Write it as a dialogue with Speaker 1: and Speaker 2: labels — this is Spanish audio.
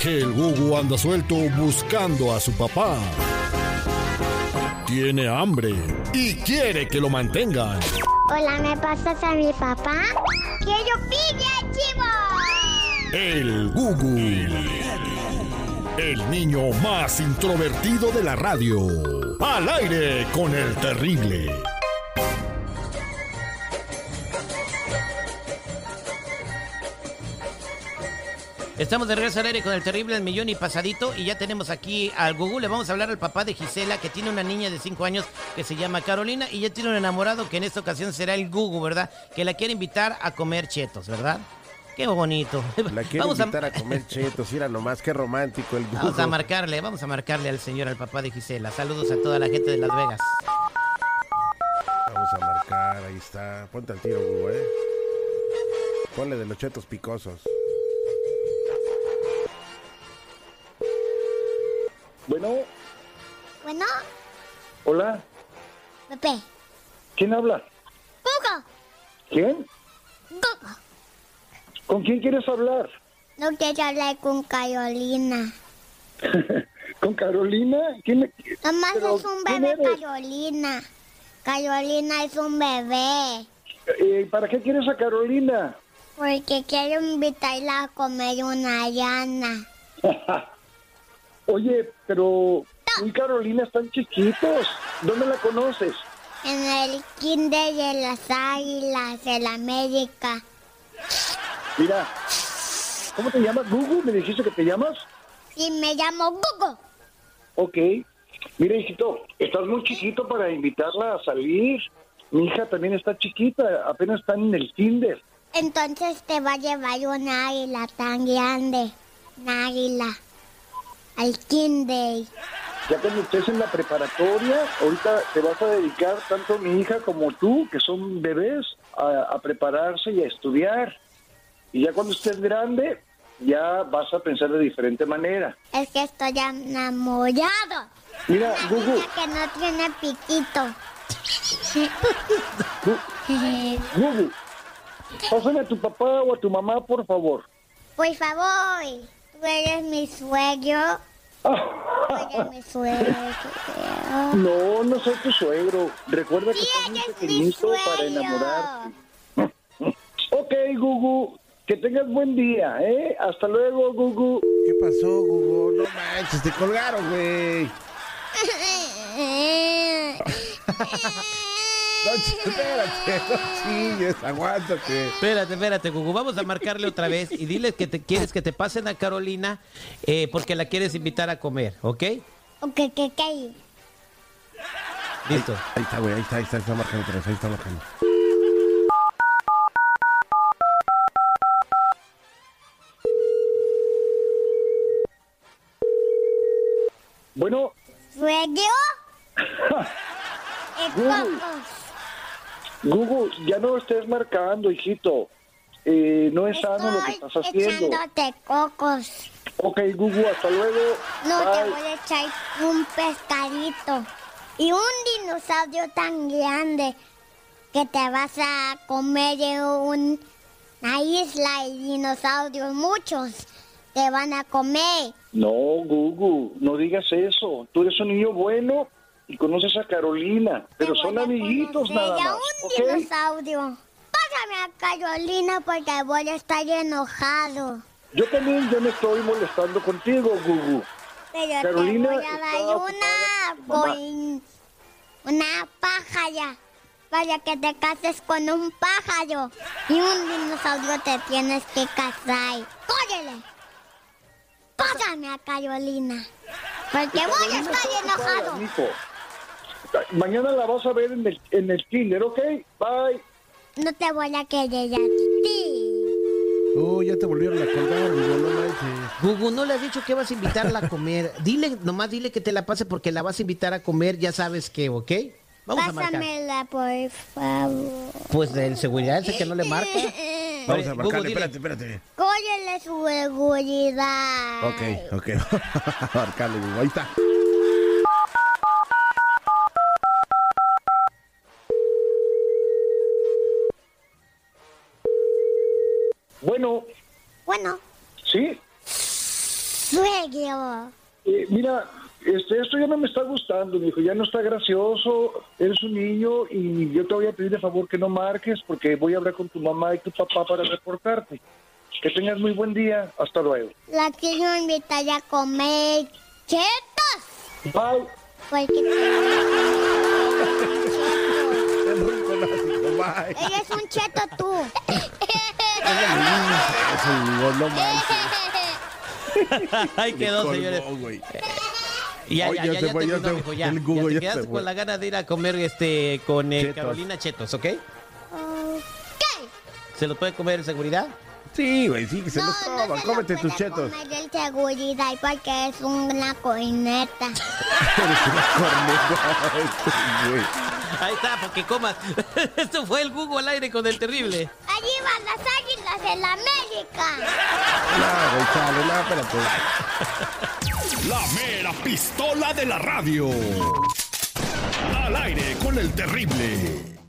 Speaker 1: que el Gugu anda suelto buscando a su papá. Tiene hambre y quiere que lo mantengan.
Speaker 2: Hola, ¿me pasas a mi papá? ¡Que yo pille, chivo!
Speaker 1: El Gugu. El niño más introvertido de la radio. Al aire con el terrible.
Speaker 3: Estamos de regreso al aire con el terrible El Millón y Pasadito y ya tenemos aquí al Google. Le vamos a hablar al papá de Gisela que tiene una niña de 5 años que se llama Carolina y ya tiene un enamorado que en esta ocasión será el Gugu, ¿verdad? Que la quiere invitar a comer chetos, ¿verdad? Qué bonito.
Speaker 4: La quiere invitar a... a... comer chetos, mira nomás, qué romántico el Gugu.
Speaker 3: Vamos a marcarle, vamos a marcarle al señor, al papá de Gisela. Saludos a toda la gente de Las Vegas.
Speaker 4: Vamos a marcar, ahí está. Ponte al tiro, Gugu, ¿eh? Ponle de los chetos picosos.
Speaker 5: Bueno,
Speaker 2: Bueno,
Speaker 5: hola,
Speaker 2: Pepe.
Speaker 5: ¿quién habla?
Speaker 2: Poco,
Speaker 5: ¿Quién?
Speaker 2: poco.
Speaker 5: ¿Con quién quieres hablar?
Speaker 2: No quiero hablar con Carolina.
Speaker 5: ¿Con Carolina? ¿Quién le-
Speaker 2: Nomás
Speaker 5: Pero,
Speaker 2: es un
Speaker 5: ¿quién
Speaker 2: bebé
Speaker 5: eres?
Speaker 2: Carolina. Carolina es un bebé.
Speaker 5: eh, ¿Para qué quieres a Carolina?
Speaker 2: Porque quiero invitarla a comer una llana.
Speaker 5: Oye, pero tú y Carolina están chiquitos. ¿Dónde la conoces?
Speaker 2: En el kinder de las águilas de la América.
Speaker 5: Mira, ¿cómo te llamas? ¿Gugu? ¿Me dijiste que te llamas?
Speaker 2: Y me llamo Gugu.
Speaker 5: Ok. Mira, hijito, estás muy chiquito para invitarla a salir. Mi hija también está chiquita, apenas están en el kinder.
Speaker 2: Entonces te va a llevar una águila tan grande. Una águila. Al kinder.
Speaker 5: Ya cuando estés en la preparatoria, ahorita te vas a dedicar tanto mi hija como tú, que son bebés, a, a prepararse y a estudiar. Y ya cuando estés grande, ya vas a pensar de diferente manera.
Speaker 2: Es que estoy enamorado.
Speaker 5: Mira,
Speaker 2: Una
Speaker 5: Gugu,
Speaker 2: niña que no tiene piquito.
Speaker 5: Gugu, pásame a tu papá o a tu mamá, por favor.
Speaker 2: Por favor, tú eres mi suegro.
Speaker 5: Ah.
Speaker 2: Tú eres mi suegro.
Speaker 5: No, no soy tu suegro. Recuerda que
Speaker 2: Sí,
Speaker 5: estás muy
Speaker 2: eres mi
Speaker 5: pequeñito para
Speaker 2: suegro.
Speaker 5: enamorarte. Ok, Gugu, que tengas buen día, ¿eh? Hasta luego, Gugu.
Speaker 4: ¿Qué pasó, Gugu? No manches, te colgaron, güey. No, ch- espérate, no chilles, aguántate.
Speaker 3: Espérate, espérate, Gugu. Vamos a marcarle otra vez y dile que te quieres que te pasen a Carolina eh, porque la quieres invitar a comer, ¿ok?
Speaker 2: Ok, ok, ok.
Speaker 3: Listo.
Speaker 4: Ahí está, güey, ahí está, ahí está, ahí está marcando otra vez, ahí está marcando.
Speaker 5: Bueno,
Speaker 2: ¿Suegro? Eh, pocos.
Speaker 5: Gugu, ya no estés marcando, hijito. Eh, no es sano lo que
Speaker 2: Estoy
Speaker 5: estás haciendo.
Speaker 2: echándote cocos.
Speaker 5: Ok, Gugu, hasta luego.
Speaker 2: No, te
Speaker 5: Bye.
Speaker 2: voy a echar un pescadito y un dinosaurio tan grande que te vas a comer en un- una isla y dinosaurios muchos te van a comer.
Speaker 5: No, Gugu, no digas eso. Tú eres un niño bueno y conoces a Carolina, pero
Speaker 2: Te
Speaker 5: son
Speaker 2: voy a
Speaker 5: amiguitos
Speaker 2: conocer
Speaker 5: nada
Speaker 2: a
Speaker 5: más.
Speaker 2: un
Speaker 5: ¿Ok?
Speaker 2: dinosaurio. Pásame a Carolina porque voy a estar enojado.
Speaker 5: Yo también ya me estoy molestando contigo, Gugu.
Speaker 2: Pero
Speaker 5: Carolina
Speaker 2: te voy a
Speaker 5: está
Speaker 2: dar
Speaker 5: ocupada
Speaker 2: una
Speaker 5: con su mamá.
Speaker 2: con una pájara para que te cases con un pájaro y un dinosaurio te tienes que casar. ¡Córrele! Pásame a Carolina, porque voy a
Speaker 5: Carolina
Speaker 2: estar
Speaker 5: está ocupada,
Speaker 2: enojado.
Speaker 5: mijo. Mañana la vas a ver en el, en el Tinder, ¿ok? Bye.
Speaker 2: No te voy a querer a ti.
Speaker 4: Uh, ya te volvieron a colgar, Gugu, no manches.
Speaker 3: Gugu, no le has dicho que vas a invitarla a comer. Dile, nomás dile que te la pase porque la vas a invitar a comer, ya sabes que, ¿ok? Vamos a marcar.
Speaker 2: Pásamela, por favor.
Speaker 3: Pues de seguridad es el que no le marca.
Speaker 4: Vamos a
Speaker 3: Gugu,
Speaker 4: marcarle,
Speaker 3: dile.
Speaker 4: espérate, espérate.
Speaker 2: Córrele su seguridad.
Speaker 4: Ok, ok, a marcarle, Gugu, ahí está.
Speaker 5: Bueno,
Speaker 2: Bueno,
Speaker 5: ¿sí?
Speaker 2: suegro.
Speaker 5: Eh, mira, este, esto ya no me está gustando, me dijo, ya no está gracioso, eres un niño y yo te voy a pedir de favor que no marques porque voy a hablar con tu mamá y tu papá para reportarte. Que tengas muy buen día, hasta luego.
Speaker 2: La quiero invitar a comer chetos. Pues
Speaker 5: Bye.
Speaker 2: Porque Cheto.
Speaker 4: El rico násico, bye.
Speaker 2: eres un cheto tú.
Speaker 4: Es un gol, no manches.
Speaker 3: Ahí quedó,
Speaker 4: Colgó,
Speaker 3: señores.
Speaker 4: güey.
Speaker 3: Ya,
Speaker 4: Ay,
Speaker 3: ya, ya,
Speaker 4: ya se
Speaker 3: ya
Speaker 4: fue,
Speaker 3: te
Speaker 4: ya
Speaker 3: ayudó,
Speaker 4: se
Speaker 3: mijo,
Speaker 4: fue.
Speaker 3: ya.
Speaker 4: El Google
Speaker 3: Ya
Speaker 4: ya
Speaker 3: te quedaste
Speaker 4: se fue.
Speaker 3: con la gana de ir a comer este con eh,
Speaker 4: Chetos.
Speaker 3: Carolina Chetos, ¿ok?
Speaker 2: ok.
Speaker 3: ¿Se lo puede comer en seguridad?
Speaker 4: Sí, güey, sí, que se los
Speaker 2: no, no
Speaker 4: toma.
Speaker 2: se
Speaker 4: Cómete
Speaker 2: lo
Speaker 4: tus
Speaker 2: puede
Speaker 4: chetos.
Speaker 2: comer el seguridad porque es una coineta.
Speaker 4: Eres una corneta, güey.
Speaker 3: Ahí está, porque comas. Esto fue el Google al aire con el terrible.
Speaker 2: Allí van las águilas de la América.
Speaker 4: No, güey, chale, no, espérate.
Speaker 1: La mera pistola de la radio. Al aire con el terrible.